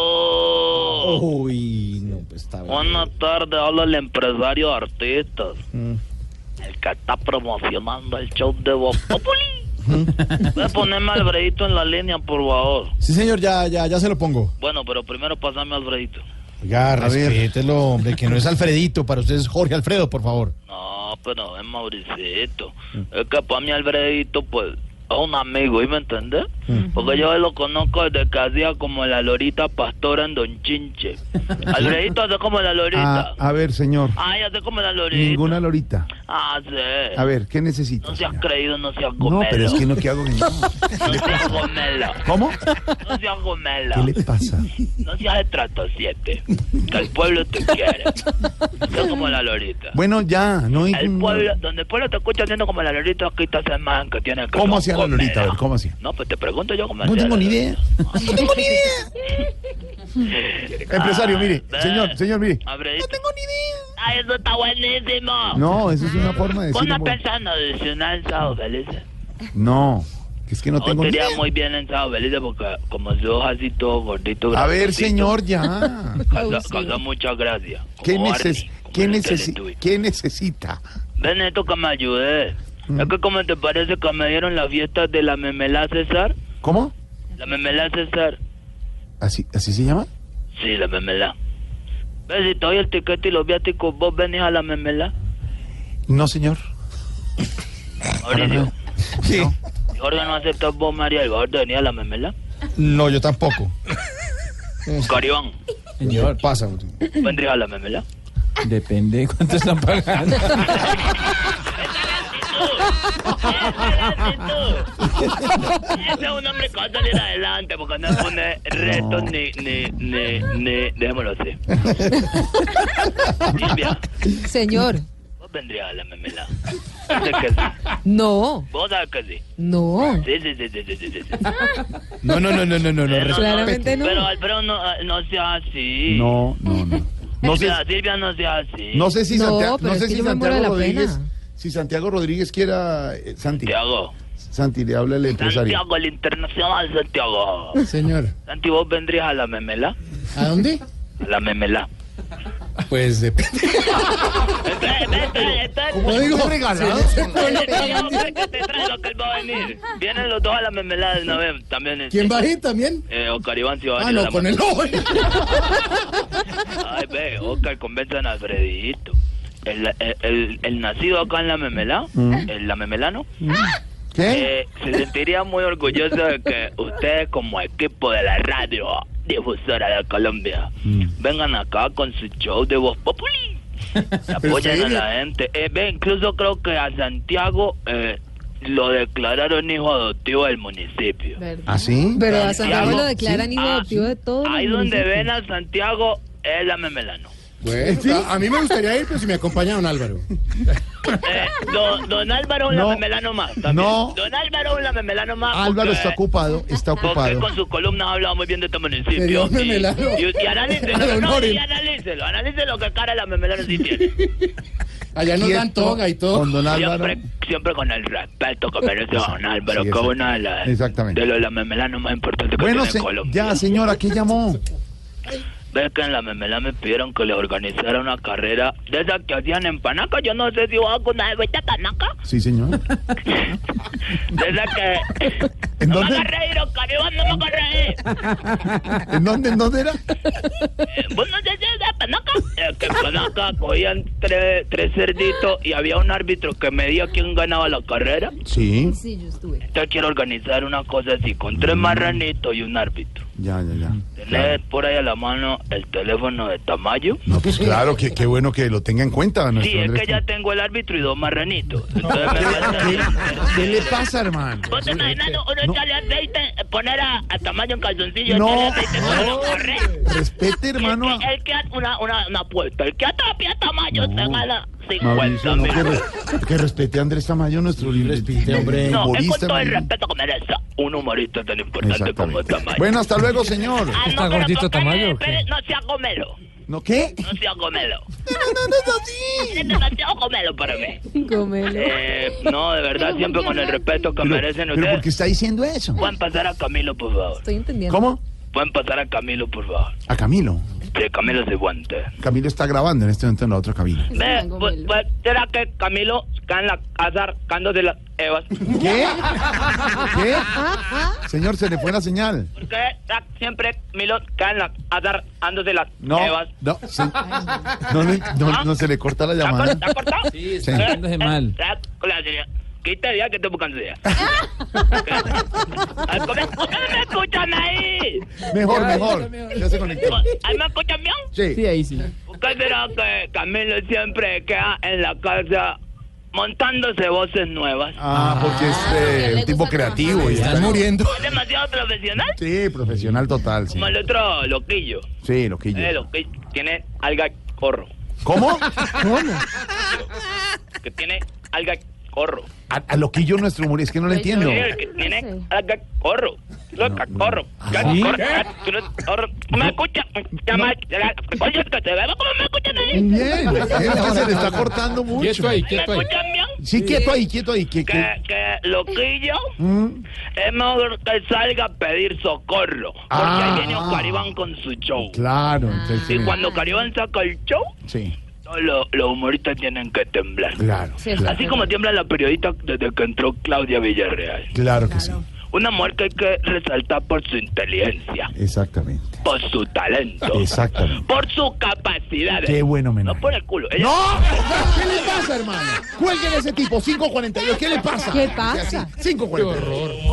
¡Aló! Uy, no, pues está bien. Buenas tardes, habla el empresario de artistas. Mm. El que está promocionando el show de Voz Populi. Voy a ponerme a Alfredito en la línea, por favor. Sí, señor, ya, ya, ya se lo pongo. Bueno, pero primero pasame a Alfredito. Oiga, respételo, hombre, que no es Alfredito, para usted es Jorge Alfredo, por favor. No, pero es Mauricito. Es que para mí Alfredito, pues, es un amigo, ¿y me entendés? Porque yo lo conozco desde que hacía como la lorita pastora en Don Chinche. Alfredito hace como la lorita. A, Ah, Ah, a ver, señor. Ay, hace como la lorita. Ninguna lorita. Ah, sí. A ver, ¿qué necesita? No seas señora? creído, no seas gomelo. No, pero es que no, ¿qué hago? No. No seas gomelo. ¿Cómo? No seas gomelo. ¿Qué le pasa? No seas de trato siete. Que el pueblo te quiere. Sé como la lorita. Bueno, ya, no. El pueblo, donde el pueblo te escucha haciendo como la lorita, aquí está ese man que tiene que... ¿Cómo no hacía la comer. lorita? A ver, ¿cómo hacía? No, pues te pregunto yo cómo No hacía tengo la ni lorita. idea. No tengo ni idea. Empresario, mire. Ah, ve. Señor, señor, mire. Abre No esto. tengo ni idea. ¡Ay, eso está buenísimo! No, eso es una forma de Vos decir. no pensás en adicionar en Sao Felice. No, que es que no Vos tengo te ni iría idea. muy bien en Sao Felice porque como sos así todo gordito... A ver, grandecito, señor, ya. Causó, causó muchas gracias. ¿Qué, Como neces- Barney, como ¿qué, en el necesi- Teletubbies. ¿Qué necesita? Ven esto que me ayudé. Mm. Es que como te parece que me dieron la fiesta de la memelá César. ¿Cómo? La memelá César. ¿Así, ¿Así se llama? Sí, la memelá. Ves, si te doy el tiquete y los viáticos, vos venís a la memelá. No, señor. Mauricio, Sí. Jorge no aceptas vos, María, el gordo venía a la memelá. No, yo tampoco. Caribán, Señor. Pasa, hombre. vendrías a la memelá. Depende de cuánto están pagando. Ese es un hombre que va a salir adelante porque no pone retos ni, ni, ni, ni, dejémoslo así. Silvia, Señor, vos vendrías a la memela. Sé que sí. no, Vos sabes que sí. no. Sí, sí, sí, sí, sí, sí, sí. No, no, no, no, no, no, no. Pero respete. Claramente no. Pero Alfredo no, eh, no sea así. No, no, no. No sé, Silvia, Silvia no sea así. no sé si No, Santiago, pero no es sé que si no me mola Santiago la Rodríguez, pena. si Santiago Rodríguez quiera eh, Santi, Santiago. Santi le habla el empresario. Santiago, el internacional Santiago. Señor, Santi, vos vendrías a la memela. ¿a dónde? A la memela. Pues depende. Vete, vete, vete. ¿Cómo digo? regalado? Vienen los dos a la mermelada de una vez también. este, ¿Quién va a ir también? Eh, Oscar Iván si va a Ah, venir a no, la con el ojo. mermelada. Ay, ve, Oscar, convenzan a Alfredito. El, el, el, el nacido acá en la memelá, el la memelano, ¿Qué? eh, se sentiría muy orgulloso de que ustedes como equipo de la radio difusora de Colombia Mm. vengan acá con su show de voz populi. Apoyen a la gente. Eh, ve, incluso creo que a Santiago eh, lo declararon hijo adoptivo del municipio. ¿Así? Pero a Santiago Santiago, lo declaran hijo Ah, adoptivo de todo. Ahí donde ven a Santiago es la memelano. Pues, a, a mí me gustaría ir, pero si me acompaña don Álvaro. Eh, don, don Álvaro es la No. memelano más. también. No. Don Álvaro es la memelano más. Álvaro porque- está ocupado, está Porque ocupado. con sus columnas ha hablado muy bien de este Le dio municipio. Y, memelano. y- y A analícelo, don no, Oren. y analícelo, analícelo que cara la memelano sí tiene. Allá nos dan Quieto toga y todo. Con don Álvaro. Siempre, siempre con el respeto que merece don Álvaro, que es sí, exacto. una de las Exactamente. de los la memelano más importantes que Bueno, tiene se- Colombia. ya, señora, ¿qué llamó? Ves que en la memela me pidieron que le organizara una carrera de esas que hacían en Panaca. Yo no sé si vos alguna vez fuiste a Panaca. Sí, señor. De esas que. ¿En no dónde? me hagas reír, Oscar Iván, no me hagas reír. ¿En dónde, en dónde era? Eh, ¿Vos no sé si es de Panaca? Eh, que en Panaca cogían tres, tres cerditos y había un árbitro que medía quién ganaba la carrera. Sí, Sí, yo estuve. Entonces quiero organizar una cosa así, con tres marranitos y un árbitro. ya, ya, ya. Tenés por ahí a la mano el teléfono de Tamayo. No, pues claro, que- qué bueno que lo tenga en cuenta. nuestro Sí, es Andrés. que ya tengo el árbitro y dos marranitos. Entonces me falta el árbitro. ¿Qué le pasa, hermano? ¿Vos te imaginas uno echarle aceite, eh, poner a, a tamaño en calzoncillo, No, echarle aceite no. cuando corre? Respete, hermano. El que, el que hace una, una, una apuesta, el que atapia a tamaño se gana 50 Mauricio, no, mil. que, res- que respete a Andrés Tamayo, nuestro Respete, hombre. No, es con humorista, todo el Mauricio. respeto que merece un humorista tan importante como Exactamente. Tamayo. Bueno, hasta luego, señor. Ah, no, ¿Está pero gordito ¿por qué Tamayo me o qué? esperes? No sea gomelo, ¿No qué? no sea gomelo. No, no es así. Es demasiado gomelo para mí. Comelo. Eh, no, de verdad, siempre con el respeto que merecen Pero ¿por qué ustedes. está diciendo eso? Pueden pasar a Camilo, por favor. Estoy entendiendo. ¿Cómo? pueden pasar a Camilo, por favor. A Camilo. Sí, Camilo se guante. Camilo está grabando en este momento en la otra cabina. Es Ve, Durango pues, Melo. pues, ¿Será que Camilo está en la casa arcándose las evas? ¿Qué? ¿Qué? Señor, se le fue la señal. ¿Por qué está siempre Camilo está en la casa arcándose las No, evas? no, se- no, le- no, no se le corta la ¿Está cor- llamada. está cortado? Sí, está está haciéndose mal. Está con la señal. Quita ya que estoy buscando ya. Ay, ¿Cómo cómo me escuchan ahí? Mejor, mejor. Ya se conectó. ¿Ahí me escuchan bien? Sí, Sí. ahí sí. ¿Por qué será que Camilo siempre queda en la casa montándose voces nuevas? Ah, porque es eh, un tipo creativo y está muriendo. ¿Es demasiado profesional? Sí, profesional total, sí. Como el otro loquillo. Sí, loquillo. Eh, loquillo. Tiene alga corro. ¿Cómo? Que tiene alga corro. A, a loquillo nuestro humor, es que no lo entiendo. Sí, el Pues que tiene alga corro. Loca, No, no. corro. ¿Ah, Gaga, sí? corro. Gaga, corro, corro. ¿Cómo me escucha? Llama, llama. Oye, que te veo, ¿Cómo me escuchan ahí? Bien, es que se le está cortando mucho. Quieto ahí, ¿Me quieto ahí. escuchan bien? Sí, quieto ahí, quieto ahí. Que, que- Que, que loquillo Mm. es mejor que salga a pedir socorro. Porque Ah. ahí viene Caribán con su show. Claro, Y entonces. cuando Caribán saca el show, Sí, todos los, los humoristas tienen que temblar. claro. Sí, es Claro, Así como tiembla la periodista desde que entró Claudia Villarreal. claro que sí. Una mujer que hay que resaltar por su inteligencia, Exactamente. por su talento, Exactamente. por su capacidad. Qué buen No homenaje. por el culo. Ella- ¡No! ¿Qué le pasa, hermano? Cuelguen a ese tipo, 5.42. ¿Qué le pasa? ¿Qué pasa? Así, 5.42.